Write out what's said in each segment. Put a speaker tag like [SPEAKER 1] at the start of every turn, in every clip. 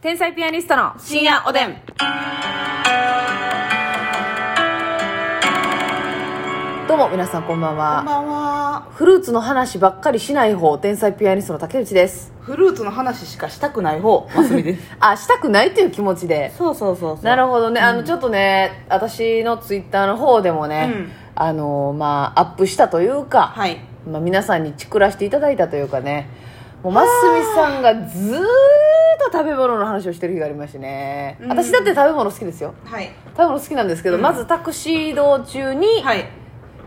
[SPEAKER 1] 天才ピアニストの深夜おでん。どうも皆さんこんばん
[SPEAKER 2] こん
[SPEAKER 1] は。
[SPEAKER 2] ばんは。
[SPEAKER 1] フルーツの話ばっかりしない方、天才ピアニストの竹内です。
[SPEAKER 2] フルーツの話しかしたくない方、ますみです。
[SPEAKER 1] あ、したくないという気持ちで。
[SPEAKER 2] そうそうそうそう。
[SPEAKER 1] なるほどね。あの、ちょっとね、私のツイッターの方でもね、
[SPEAKER 2] うん
[SPEAKER 1] あの、まあ、アップしたというか、
[SPEAKER 2] はい。
[SPEAKER 1] まあ、皆さんにチクらしていただいたというかねもう真澄さんがずーっと食べ物の話をしてる日がありましてね、
[SPEAKER 2] うん
[SPEAKER 1] 私だって食べ物好きですよ
[SPEAKER 2] はい。
[SPEAKER 1] 食べ物好きなんですけど、
[SPEAKER 2] うん
[SPEAKER 1] まずタクシー移動中に、
[SPEAKER 2] はい。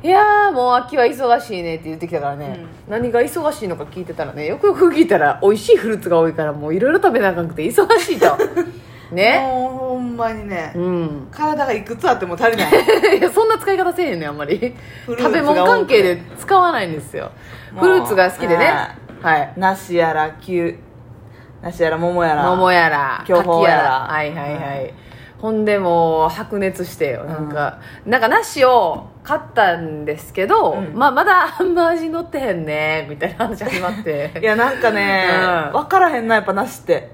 [SPEAKER 1] い、やーもう秋は忙しいねって言ってきたからね、何が忙しいのか聞いてたらねよくよく聞いたら美味しいフルーツが多いからもういろいろ食べなあかんくて忙しい とね
[SPEAKER 2] もうほんまにね
[SPEAKER 1] う、ん
[SPEAKER 2] 体がいくつあっても足 りない。
[SPEAKER 1] いやそんな使い方せえへんねんあんまり
[SPEAKER 2] フルー
[SPEAKER 1] 食
[SPEAKER 2] ツが多くて
[SPEAKER 1] べ物関係で使わないんですよ
[SPEAKER 2] もう
[SPEAKER 1] フルーツが好きでね
[SPEAKER 2] あ
[SPEAKER 1] はい
[SPEAKER 2] 梨やら、キュ梨やら、桃やら。
[SPEAKER 1] 桃やら
[SPEAKER 2] 巨峰
[SPEAKER 1] 柿
[SPEAKER 2] やら
[SPEAKER 1] はいはいはい、ほんでもう白熱してよなんか、なんか梨を買ったんですけど、
[SPEAKER 2] うん
[SPEAKER 1] まあ、まだあんま味乗ってへんねみたいな話始まっ
[SPEAKER 2] い
[SPEAKER 1] て
[SPEAKER 2] や、なんかね
[SPEAKER 1] う、ん
[SPEAKER 2] わからへんな、やっぱ梨って。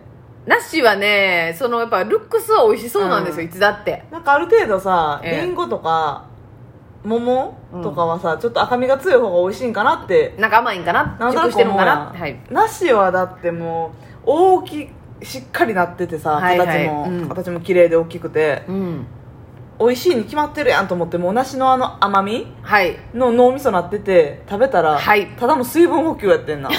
[SPEAKER 1] 梨はねそのやっぱルックスは美味しそうなんですよ、
[SPEAKER 2] う
[SPEAKER 1] いつだって
[SPEAKER 2] なんかある程度さ、
[SPEAKER 1] ええ
[SPEAKER 2] リンゴとか、桃とかはさ、ちょっと赤みが強い方が美味しいんかなって
[SPEAKER 1] なんか甘いんかな
[SPEAKER 2] なんと
[SPEAKER 1] 熟
[SPEAKER 2] な
[SPEAKER 1] し
[SPEAKER 2] く
[SPEAKER 1] てるの
[SPEAKER 2] 思う
[SPEAKER 1] か
[SPEAKER 2] や
[SPEAKER 1] なんはい
[SPEAKER 2] なしはだってもう大きいしっかりなっててさ、
[SPEAKER 1] はいはい
[SPEAKER 2] 形も、
[SPEAKER 1] うん
[SPEAKER 2] 形も綺麗で大きくて
[SPEAKER 1] うん
[SPEAKER 2] 美味しいに決まってるやんと思ってもう梨のあの甘み
[SPEAKER 1] はい
[SPEAKER 2] の脳みそなってて食べたら、
[SPEAKER 1] はい
[SPEAKER 2] ただの水分補給やって んな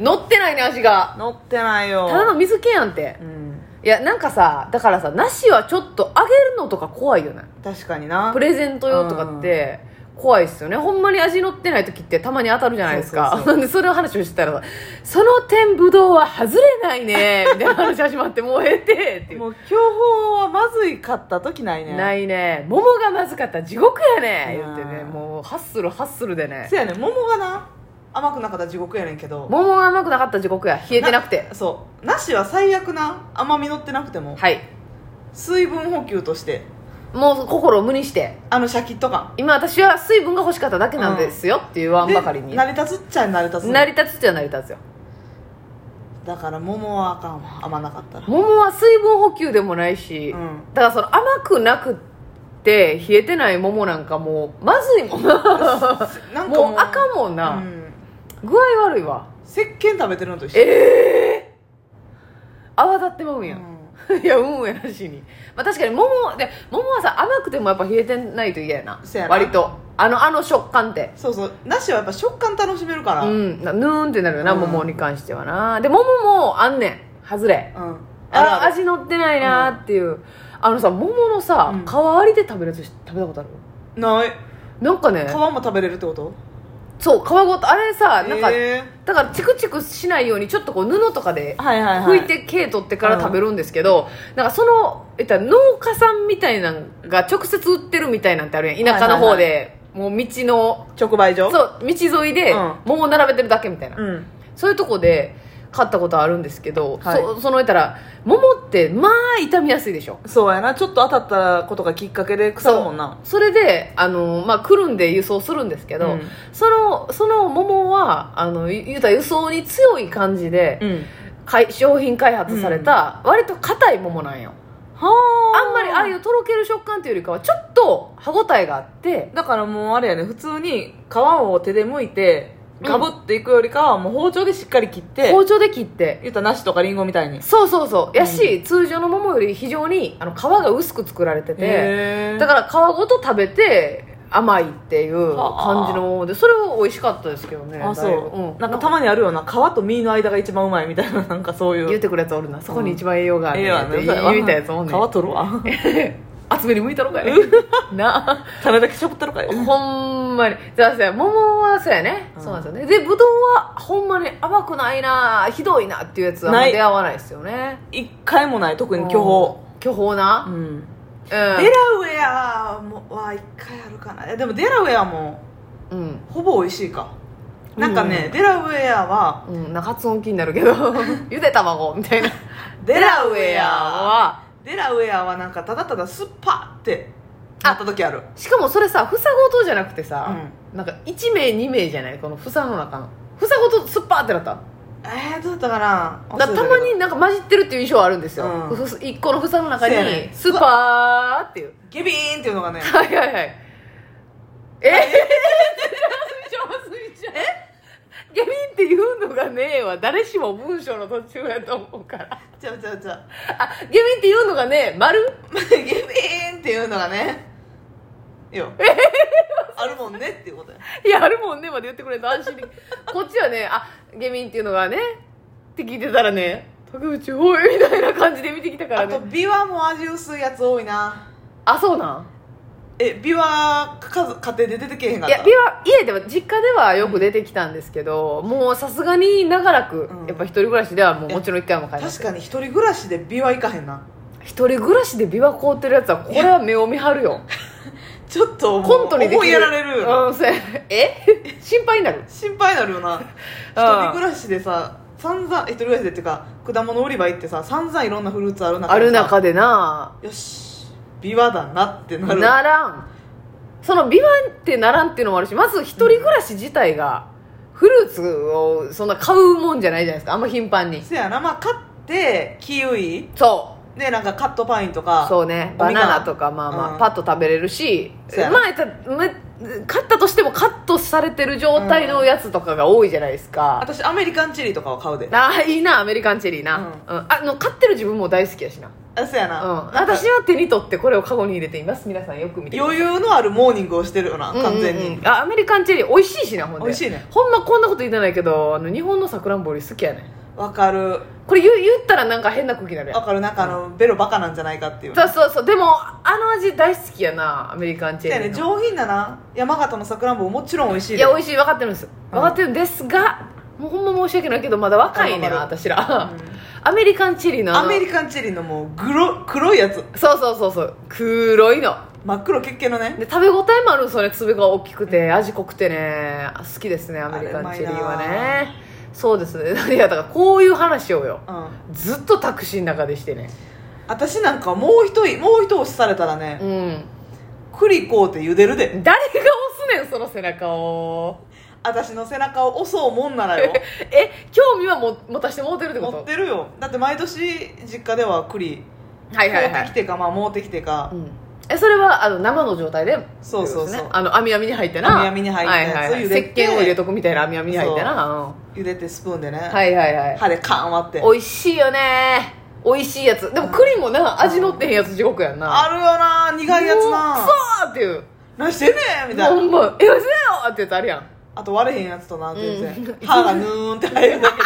[SPEAKER 1] 乗ってないね味が
[SPEAKER 2] 乗ってないよ
[SPEAKER 1] ただの水系やんって
[SPEAKER 2] うん、
[SPEAKER 1] いやなんかさだからさ梨はちょっとあげるのとか怖いよね
[SPEAKER 2] 確かにな
[SPEAKER 1] プレゼント用とかって怖いっすよねほんまに味乗ってない時ってたまに当たるじゃないですか
[SPEAKER 2] そうそうそ
[SPEAKER 1] な
[SPEAKER 2] う
[SPEAKER 1] んでそれを話をしてたらその点ぶどうは外れないねみたいな話始まってもうええてっていう
[SPEAKER 2] もう巨峰はまずいかった時ないね
[SPEAKER 1] ないいね桃がまずかったら地獄やね言っ
[SPEAKER 2] うん
[SPEAKER 1] てねもうハッスルハッスルでね
[SPEAKER 2] せやね桃がな甘くなかったら地獄やねんけど
[SPEAKER 1] 桃が甘くなかったら地獄や冷えてなく て
[SPEAKER 2] そう梨は最悪な甘み乗ってなくても
[SPEAKER 1] はい
[SPEAKER 2] 水分補給として
[SPEAKER 1] もう心を無にして
[SPEAKER 2] あのシャキッと感
[SPEAKER 1] 今私は水分が欲しかっただけなんですよって言わんばかりに
[SPEAKER 2] で
[SPEAKER 1] 成
[SPEAKER 2] 成り立つっちゃ成り立つの
[SPEAKER 1] り立つっちゃ成り立つよ
[SPEAKER 2] だから桃はあかんわ甘なかったら
[SPEAKER 1] 桃は水分補給でもないし、
[SPEAKER 2] うん
[SPEAKER 1] だからその甘くなくって冷えてない桃なんかもうまずいもんな
[SPEAKER 2] なんかもう
[SPEAKER 1] もうあかんもんな、
[SPEAKER 2] うん
[SPEAKER 1] 具合悪いわ
[SPEAKER 2] 石鹸食べてるのと一緒
[SPEAKER 1] ええ泡立ってまうん
[SPEAKER 2] う
[SPEAKER 1] や、
[SPEAKER 2] ん
[SPEAKER 1] いやうんやなしに、まあ、確かに桃で桃はさ甘くてもやっぱ冷えてないと嫌やな
[SPEAKER 2] せやな
[SPEAKER 1] 割とあのあの食感って
[SPEAKER 2] そうそう梨はやっぱ食感楽しめるから
[SPEAKER 1] う
[SPEAKER 2] うん
[SPEAKER 1] なぬーんってなるよな、
[SPEAKER 2] うん
[SPEAKER 1] 桃に関してはなで桃もあんねん外れ
[SPEAKER 2] ある
[SPEAKER 1] あ
[SPEAKER 2] ある
[SPEAKER 1] 味乗ってないなーっていう、あのさ桃のさ、
[SPEAKER 2] うん
[SPEAKER 1] 皮ありで食べるやつ食べたことある
[SPEAKER 2] ない
[SPEAKER 1] なんかね
[SPEAKER 2] 皮も食べれるってこと
[SPEAKER 1] そう皮ごとあれさなんか、
[SPEAKER 2] え
[SPEAKER 1] だからチクチクしないようにちょっとこう布とかで
[SPEAKER 2] ーはいはいはい
[SPEAKER 1] 拭いて毛取ってから食べるんですけど、なんかそのえったら農家さんみたいなのが直接売ってるみたいなんてあるやん田舎の方で、もう道の
[SPEAKER 2] 直売所
[SPEAKER 1] そう道沿いで
[SPEAKER 2] うん
[SPEAKER 1] 桃並べてるだけみたいな、
[SPEAKER 2] うん
[SPEAKER 1] そういうとこで買ったことあるんですけど、
[SPEAKER 2] はい
[SPEAKER 1] そそのえたら桃ってまあ傷みやすいでしょ
[SPEAKER 2] そうやなちょっと当たったことがきっかけで腐るもんな
[SPEAKER 1] それであの、まあ、くるんで輸送するんですけど、
[SPEAKER 2] うん
[SPEAKER 1] そのその桃はあのゆ言うたら輸送に強い感じで、
[SPEAKER 2] ん
[SPEAKER 1] かい商品開発された、割と硬い桃なんよ
[SPEAKER 2] は
[SPEAKER 1] あんまりああいうとろける食感というよりかはちょっと歯ごたえがあって
[SPEAKER 2] だからもうあれやね普通に皮を手で剥いて
[SPEAKER 1] うん
[SPEAKER 2] ガブっていくよりかはもう包丁でしっかり切って
[SPEAKER 1] 包丁で切って
[SPEAKER 2] 言ったら梨とかリンゴみたいに
[SPEAKER 1] そうそうそうやし、通常の桃より非常にあの皮が薄く作られてて
[SPEAKER 2] へー
[SPEAKER 1] だから皮ごと食べて甘いっていう感じの桃でそれは美味しかったですけどねだい
[SPEAKER 2] あ
[SPEAKER 1] ぶ
[SPEAKER 2] そう、
[SPEAKER 1] ん、
[SPEAKER 2] なんかたまにあるような皮と身の間が一番うまいみたいな なんかそういう
[SPEAKER 1] 言ってくるやつおるなそこに一番栄養がある
[SPEAKER 2] ええわな
[SPEAKER 1] って言うたやつおんねん
[SPEAKER 2] 皮 取るわ
[SPEAKER 1] 厚めに向いたのかい なあ
[SPEAKER 2] 種だけしょぶったのかい
[SPEAKER 1] ほんまにじゃあさ桃はそうやね、
[SPEAKER 2] うん
[SPEAKER 1] そうなんですよねでぶどうはほんまに甘くないなひどいなっていうやつはあんま
[SPEAKER 2] ない
[SPEAKER 1] 出会わないですよね
[SPEAKER 2] 一回もない特に巨峰
[SPEAKER 1] 巨峰な、
[SPEAKER 2] うん
[SPEAKER 1] うん
[SPEAKER 2] デラウェアもは一回あるかないやでもデラウェアも
[SPEAKER 1] うん
[SPEAKER 2] ほぼ美味しいかなんかね、
[SPEAKER 1] うん
[SPEAKER 2] デラウェアは
[SPEAKER 1] うん、なんか発音気になるけど ゆで卵みたいな
[SPEAKER 2] デラウェアは
[SPEAKER 1] は
[SPEAKER 2] デラウェアはなんかただただスッパってなった時ある
[SPEAKER 1] しかもそれさ房ごとじゃなくてさ、
[SPEAKER 2] う
[SPEAKER 1] なんか1名2名じゃないこの房の中の房ごとスッパーってなった
[SPEAKER 2] えー、どうだったかな
[SPEAKER 1] だからたまになんか混じってるっていう印象はあるんですよ、
[SPEAKER 2] う
[SPEAKER 1] ふ
[SPEAKER 2] ん
[SPEAKER 1] ふ一個の房の中に
[SPEAKER 2] そうやね
[SPEAKER 1] スーパーっていう
[SPEAKER 2] ゲビーンっていう のがね
[SPEAKER 1] はいはいはいえっ、ー、上手じゃんゲミっていうのがねえは誰しも文章の途中やと思うから
[SPEAKER 2] ちゃうちゃうちゃう
[SPEAKER 1] あゲミっていうのがねえ丸
[SPEAKER 2] ゲビーンっていうのがねよあるもんねっていうことや
[SPEAKER 1] いやあるもんねまで言ってくれると安心できるこっちはねあゲミっていうのがねって聞いてたらね竹内おいみたいな感じで見てきたから
[SPEAKER 2] あと
[SPEAKER 1] ね
[SPEAKER 2] ビワも味薄いやつ多いな
[SPEAKER 1] あそうなん
[SPEAKER 2] えビワ家族家庭で出てけえへんか
[SPEAKER 1] い
[SPEAKER 2] った
[SPEAKER 1] や美は家では実家ではよく出てきたんですけど、もうさすがに長らく、
[SPEAKER 2] うん
[SPEAKER 1] やっぱ一人暮らしではもうもちろん一回も帰りま
[SPEAKER 2] 確
[SPEAKER 1] せん
[SPEAKER 2] かに一人暮らしでビワ行かへんな
[SPEAKER 1] 一人暮らしで琵琶凍ってるやつはこれは目を見張る よ
[SPEAKER 2] ちょっともう
[SPEAKER 1] コントにできる
[SPEAKER 2] 思いやられるよな
[SPEAKER 1] うんそうやえ心配に なる
[SPEAKER 2] 心配にな るよな一人暮らしでさ散々一人暮らしでっていうか果物売り場行ってさ散々いろんなフルーツある中でさ
[SPEAKER 1] ある中でな
[SPEAKER 2] よしビワだなってなる
[SPEAKER 1] ならんその琵琶ってならんっていうのもあるしまず一人暮らし自体がフルーツをそんな買うもんじゃないじゃないですかあんま頻繁に
[SPEAKER 2] せやなまあ買ってキウイ
[SPEAKER 1] そう
[SPEAKER 2] でなんかカットパインとか
[SPEAKER 1] そうね
[SPEAKER 2] お
[SPEAKER 1] バ
[SPEAKER 2] みかん
[SPEAKER 1] ナナとかまあまあ、
[SPEAKER 2] うん
[SPEAKER 1] パッと食べれるし
[SPEAKER 2] そうやな
[SPEAKER 1] まあえっとむ買ったとしてもカットされてる状態のやつとかが多いじゃないですか、
[SPEAKER 2] 私アメリカンチリとかは買うで
[SPEAKER 1] ああいいなアメリカンチェリーな、うんあの買ってる自分も大好きやしな,、
[SPEAKER 2] あせや
[SPEAKER 1] う
[SPEAKER 2] な,、
[SPEAKER 1] ん、私は手に取ってこれをカゴに入れています皆さんよく見てください
[SPEAKER 2] 余裕のあるモーニングをしてるよな完全に、
[SPEAKER 1] うんうんうんあアメリカンチェリー美味しいしなほんで
[SPEAKER 2] 美味しいね
[SPEAKER 1] ほんまこんなこと言ってないけどあの日本のさくらんぼより好きやね
[SPEAKER 2] わかる
[SPEAKER 1] これ言う言ったらなんか変な空気になるやん
[SPEAKER 2] わかるなんかあの、ベロバカなんじゃないかっていう
[SPEAKER 1] そうそうそうでもあの味大好きやなアメリカンチ
[SPEAKER 2] せ
[SPEAKER 1] ェリ
[SPEAKER 2] や
[SPEAKER 1] ーの
[SPEAKER 2] ね上品だな山形のさくらんぼももちろん美味しいで
[SPEAKER 1] いや美味しい分かってるんです分かってるんですが、もうほんま申し訳ないけどまだ若いねん
[SPEAKER 2] あわかる
[SPEAKER 1] 私ら、アメリカンチリのあ
[SPEAKER 2] ア
[SPEAKER 1] の
[SPEAKER 2] メリカンチリのもう黒黒いやつ
[SPEAKER 1] そうそうそうそう黒いの
[SPEAKER 2] 真っ黒けっけのね
[SPEAKER 1] で食べ応えもあるんですよね粒が大きくて、味濃くてね好きですねアメリカンチリは
[SPEAKER 2] あれうま
[SPEAKER 1] ねそうですね いやだからこういう話をよ
[SPEAKER 2] うん
[SPEAKER 1] ずっとタクシーの中でしてね
[SPEAKER 2] 私なんかもう一人もう一押しされたらね、
[SPEAKER 1] うん
[SPEAKER 2] 栗こうて茹でるで
[SPEAKER 1] 誰が押すねんその背中を
[SPEAKER 2] 私の背中を押そうもんなら よ
[SPEAKER 1] え興味はも持たしてもうてるってこ
[SPEAKER 2] 持っ
[SPEAKER 1] と
[SPEAKER 2] てるよだって毎年実家では栗
[SPEAKER 1] は
[SPEAKER 2] 買
[SPEAKER 1] いは
[SPEAKER 2] う
[SPEAKER 1] い
[SPEAKER 2] て
[SPEAKER 1] は
[SPEAKER 2] き
[SPEAKER 1] い、
[SPEAKER 2] てかまあもうてきてか
[SPEAKER 1] うん、えそれはあの生の状態で
[SPEAKER 2] そうそうそう
[SPEAKER 1] ですねあの網網に入ってな
[SPEAKER 2] 網網に入って
[SPEAKER 1] はいはいはい、石
[SPEAKER 2] そう茹でて
[SPEAKER 1] 鹸を入れとくみたいな網網に入ってな、
[SPEAKER 2] 茹でてスプーンでね、
[SPEAKER 1] うん、はいはいはい
[SPEAKER 2] 歯でカーン割って
[SPEAKER 1] 美味しいよね美味しいやつでも栗もな味のってへんやつ地獄やんな
[SPEAKER 2] あるよな苦いやつ
[SPEAKER 1] もう
[SPEAKER 2] な
[SPEAKER 1] くそーっていう
[SPEAKER 2] 何してんねんみたい
[SPEAKER 1] もう
[SPEAKER 2] な
[SPEAKER 1] ほんま「えっうせよ!」ってやつあるやん
[SPEAKER 2] あと割れへんやつとな全然、
[SPEAKER 1] うん
[SPEAKER 2] 歯がヌーンって入るだけで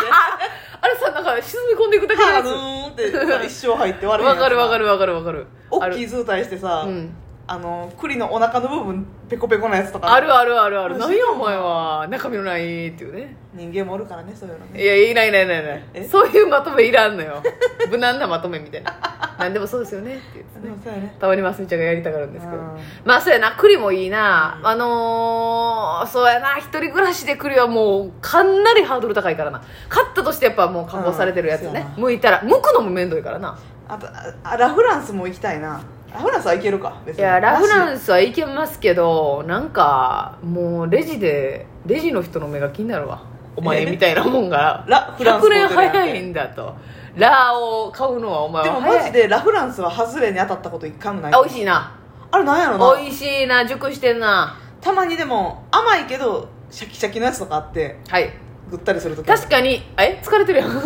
[SPEAKER 1] あれさなんか沈み込んでいく だけの
[SPEAKER 2] 歯が
[SPEAKER 1] や
[SPEAKER 2] ヌ
[SPEAKER 1] つ
[SPEAKER 2] ーンって一生入って割れへん
[SPEAKER 1] わかるわか
[SPEAKER 2] る
[SPEAKER 1] るわかるわかるあ
[SPEAKER 2] 大き
[SPEAKER 1] る
[SPEAKER 2] い図体してさ、
[SPEAKER 1] うん
[SPEAKER 2] あの栗のお腹の部分ペコペコなやつとか
[SPEAKER 1] あるあるあるある
[SPEAKER 2] 美味し
[SPEAKER 1] 何
[SPEAKER 2] い
[SPEAKER 1] やお前は中身のないっていうね
[SPEAKER 2] 人間もおるからねそういうのね
[SPEAKER 1] いやいないいないいないいな
[SPEAKER 2] え
[SPEAKER 1] いそういうまとめいらんのよ無難なまとめみたいな何でもそうですよねっていうやつ
[SPEAKER 2] で
[SPEAKER 1] ね
[SPEAKER 2] もそうやね
[SPEAKER 1] たまにますみちゃんがやりたがるんですけど、
[SPEAKER 2] うん
[SPEAKER 1] まあそうやな栗もいいな、あのー、そうやな一人暮らしで栗はもうかなりハードル高いからな買ったとしてやっぱもう加工されてるやつ
[SPEAKER 2] うんそう
[SPEAKER 1] ね
[SPEAKER 2] や、な
[SPEAKER 1] 剥いたら剥くのも面倒いからな
[SPEAKER 2] あとあラフランスも行きたいなラフランスはいけるか別
[SPEAKER 1] いやラフラ
[SPEAKER 2] ン
[SPEAKER 1] ンスはいけますけどなんかもうレジでレジの人の目が気になるわお前
[SPEAKER 2] え
[SPEAKER 1] みたいなもんが
[SPEAKER 2] ラフランス
[SPEAKER 1] 100年早いんだとラーを買うのはお前
[SPEAKER 2] で
[SPEAKER 1] は
[SPEAKER 2] もマ
[SPEAKER 1] 早
[SPEAKER 2] ジ
[SPEAKER 1] い
[SPEAKER 2] でラフランスは外れに当たったこと一回もない
[SPEAKER 1] あ美味しいな
[SPEAKER 2] あれなんやろな
[SPEAKER 1] 美味しいな熟してんな
[SPEAKER 2] たまにでも甘いけどシャキシャキのやつとかあって
[SPEAKER 1] はい
[SPEAKER 2] ぐったりするとき
[SPEAKER 1] 確かにえ疲れてる やんラ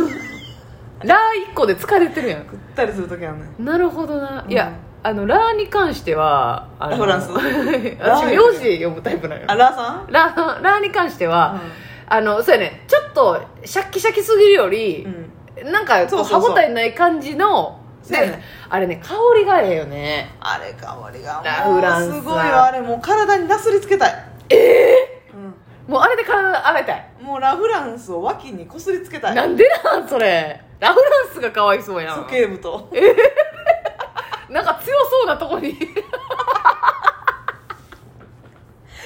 [SPEAKER 1] ー1個で疲れてるやん
[SPEAKER 2] ぐったりするときあるね
[SPEAKER 1] なるほどな、
[SPEAKER 2] うん
[SPEAKER 1] いやあのラーに関してはあの
[SPEAKER 2] ラフラ ンス
[SPEAKER 1] 私も用字で読むタイプなんよ
[SPEAKER 2] あ
[SPEAKER 1] ラ
[SPEAKER 2] ラーさん
[SPEAKER 1] ーラーに関しては、
[SPEAKER 2] うん
[SPEAKER 1] あのそうやねちょっとシャキシャキすぎるより
[SPEAKER 2] う、ん
[SPEAKER 1] なんかこ
[SPEAKER 2] そううそ
[SPEAKER 1] 歯
[SPEAKER 2] うそ
[SPEAKER 1] 応
[SPEAKER 2] う
[SPEAKER 1] えない感じの
[SPEAKER 2] そうやね
[SPEAKER 1] であれね香りがええよね
[SPEAKER 2] あれ香りが
[SPEAKER 1] ラフランスは
[SPEAKER 2] もうすごいわあれもう体になすりつけたいええ
[SPEAKER 1] もうあれで体洗いたい
[SPEAKER 2] もうラフランスを脇にこすりつけたい
[SPEAKER 1] なんでなんそれラフランスがかわいそうや
[SPEAKER 2] 鼠
[SPEAKER 1] ん
[SPEAKER 2] 径部と
[SPEAKER 1] なんか強そうなとこに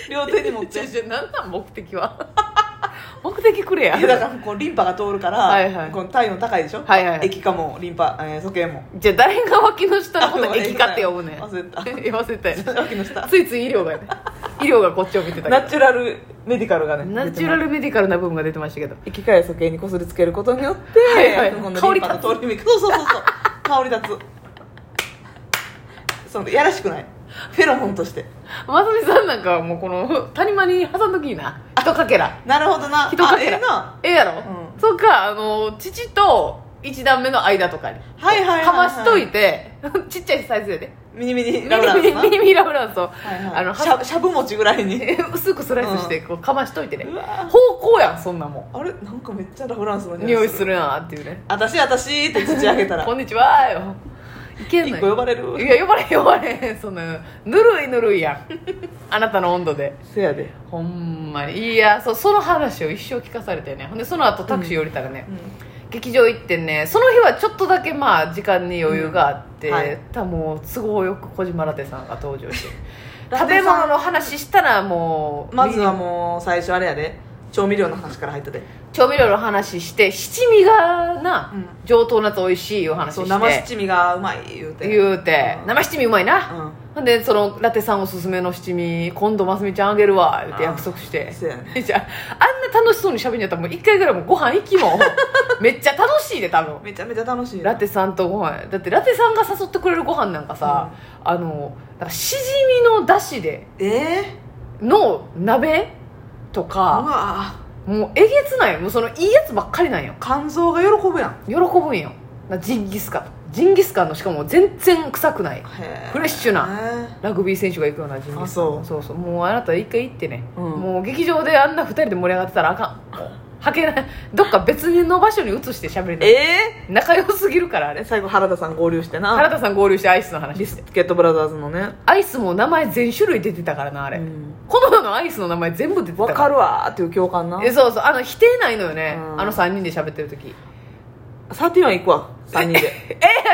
[SPEAKER 2] 両手に 持って
[SPEAKER 1] ちょちょなんなん目的は 目的くれや
[SPEAKER 2] いやだからこうリンパが通るから、
[SPEAKER 1] はいはい
[SPEAKER 2] この体温高いでしょ、
[SPEAKER 1] はいはいはい
[SPEAKER 2] 液化もリンパ、えー、鼠径も
[SPEAKER 1] じゃあ誰が脇の下のこ
[SPEAKER 2] あ
[SPEAKER 1] と
[SPEAKER 2] ごめん
[SPEAKER 1] 液化って呼ぶねん
[SPEAKER 2] 忘れた
[SPEAKER 1] え忘れたよね
[SPEAKER 2] 脇の下
[SPEAKER 1] ついつい医療がね医療がこっちを見てたけど
[SPEAKER 2] ナチュラルメディカルがね
[SPEAKER 1] ナチュラルメディカルな部分が出てましたけど
[SPEAKER 2] 生き返す毛にこすりつけることによって
[SPEAKER 1] はいはい
[SPEAKER 2] この
[SPEAKER 1] 香り
[SPEAKER 2] リンパの
[SPEAKER 1] 立つ
[SPEAKER 2] 通り道そうそうそうそう香り立つそのやらしくないフェロモンとして
[SPEAKER 1] まさみさんなんかはもうこの谷間に挟んどきいいな一かけら
[SPEAKER 2] なるほどな
[SPEAKER 1] 一か
[SPEAKER 2] あ
[SPEAKER 1] け
[SPEAKER 2] ええ
[SPEAKER 1] ら
[SPEAKER 2] な
[SPEAKER 1] ええやろ、
[SPEAKER 2] う
[SPEAKER 1] そっかあの父と一段目の間とかに
[SPEAKER 2] はいはいはいはい
[SPEAKER 1] かましといて ちっちゃいサイズやで
[SPEAKER 2] ミニミニ
[SPEAKER 1] ミ
[SPEAKER 2] ラブランスな
[SPEAKER 1] ニミニミニラブランスを、
[SPEAKER 2] はいはい
[SPEAKER 1] あの
[SPEAKER 2] しゃしゃぶ餅ぐらいに
[SPEAKER 1] 薄くスライスしてこうかましといてね
[SPEAKER 2] うわ
[SPEAKER 1] 方向やんそんなも
[SPEAKER 2] あれなんかめっちゃラフランスの
[SPEAKER 1] ん匂いす
[SPEAKER 2] る
[SPEAKER 1] るなっていうね
[SPEAKER 2] 私私って土あげ
[SPEAKER 1] 「
[SPEAKER 2] たら
[SPEAKER 1] こんにちは」よいけんの
[SPEAKER 2] 一個呼ばれる
[SPEAKER 1] いや呼ばれへん呼ばれへんそのぬるいぬるいやんあなたの温度で
[SPEAKER 2] せやで、
[SPEAKER 1] ほんまにいやそうその話を一生聞かされてねほんでその後タクシー降りたらね、劇場行ってねその日はちょっとだけまあ時間に余裕があって、
[SPEAKER 2] うんはい
[SPEAKER 1] ただもう都合よく小島ラテさんが登場して
[SPEAKER 2] ラテさん
[SPEAKER 1] 食べ物の話したらもう
[SPEAKER 2] まずはもう最初あれやで調味料の話から入ったで
[SPEAKER 1] 調味料の話して七味がな、
[SPEAKER 2] うん
[SPEAKER 1] 上等なやつ美味しいいう話
[SPEAKER 2] そう
[SPEAKER 1] し
[SPEAKER 2] 生
[SPEAKER 1] て
[SPEAKER 2] 七味がうまい言うて
[SPEAKER 1] 言うて、
[SPEAKER 2] うん
[SPEAKER 1] 生七味うまいな、
[SPEAKER 2] うん
[SPEAKER 1] ほんでそのラテさんおすすめの七味今度ますみちゃんあげるわ言って約束して
[SPEAKER 2] そうやね
[SPEAKER 1] じゃああんな楽しそうに喋んやったらもう一回ぐらいもうご飯行きもん めっちゃ楽しいで多分
[SPEAKER 2] めちゃめちゃ楽しい
[SPEAKER 1] ラテさんとご飯だってラテさんが誘ってくれるご飯なんかさ、あのなんかしじみのだしで
[SPEAKER 2] ええ
[SPEAKER 1] の鍋と
[SPEAKER 2] ー、う
[SPEAKER 1] か
[SPEAKER 2] わぁ
[SPEAKER 1] もうえげつないもうそのいいやつばっかりなんよ
[SPEAKER 2] 肝臓が喜ぶやん
[SPEAKER 1] 喜ぶんよなジンギスカンジンギスカンのしかも全然臭くない
[SPEAKER 2] へ
[SPEAKER 1] フレッシュな
[SPEAKER 2] な
[SPEAKER 1] ラグビー選手が行くようなジンギスカン
[SPEAKER 2] あそう
[SPEAKER 1] そうそうもうあなた一回行ってね、
[SPEAKER 2] うん
[SPEAKER 1] もう劇場であんな二人で盛り上がってたらあかんはけないどっか別の場所に移して喋れない
[SPEAKER 2] え
[SPEAKER 1] 仲良すぎるからあ
[SPEAKER 2] え
[SPEAKER 1] れ
[SPEAKER 2] 最後原田さん合流してな
[SPEAKER 1] 原田さん合流してアイスの話
[SPEAKER 2] ビ
[SPEAKER 1] して
[SPEAKER 2] スケットブラザーズのね
[SPEAKER 1] アイスも名前全種類出てたからなあ
[SPEAKER 2] あ
[SPEAKER 1] れ、
[SPEAKER 2] うん
[SPEAKER 1] この世のアイスの名前全部出てた
[SPEAKER 2] わかるわーっていう共感な
[SPEAKER 1] えそうそうあの否定ないのよね、
[SPEAKER 2] うん
[SPEAKER 1] あの3人で喋ってる時
[SPEAKER 2] サーティワン行くわ3人で
[SPEAKER 1] え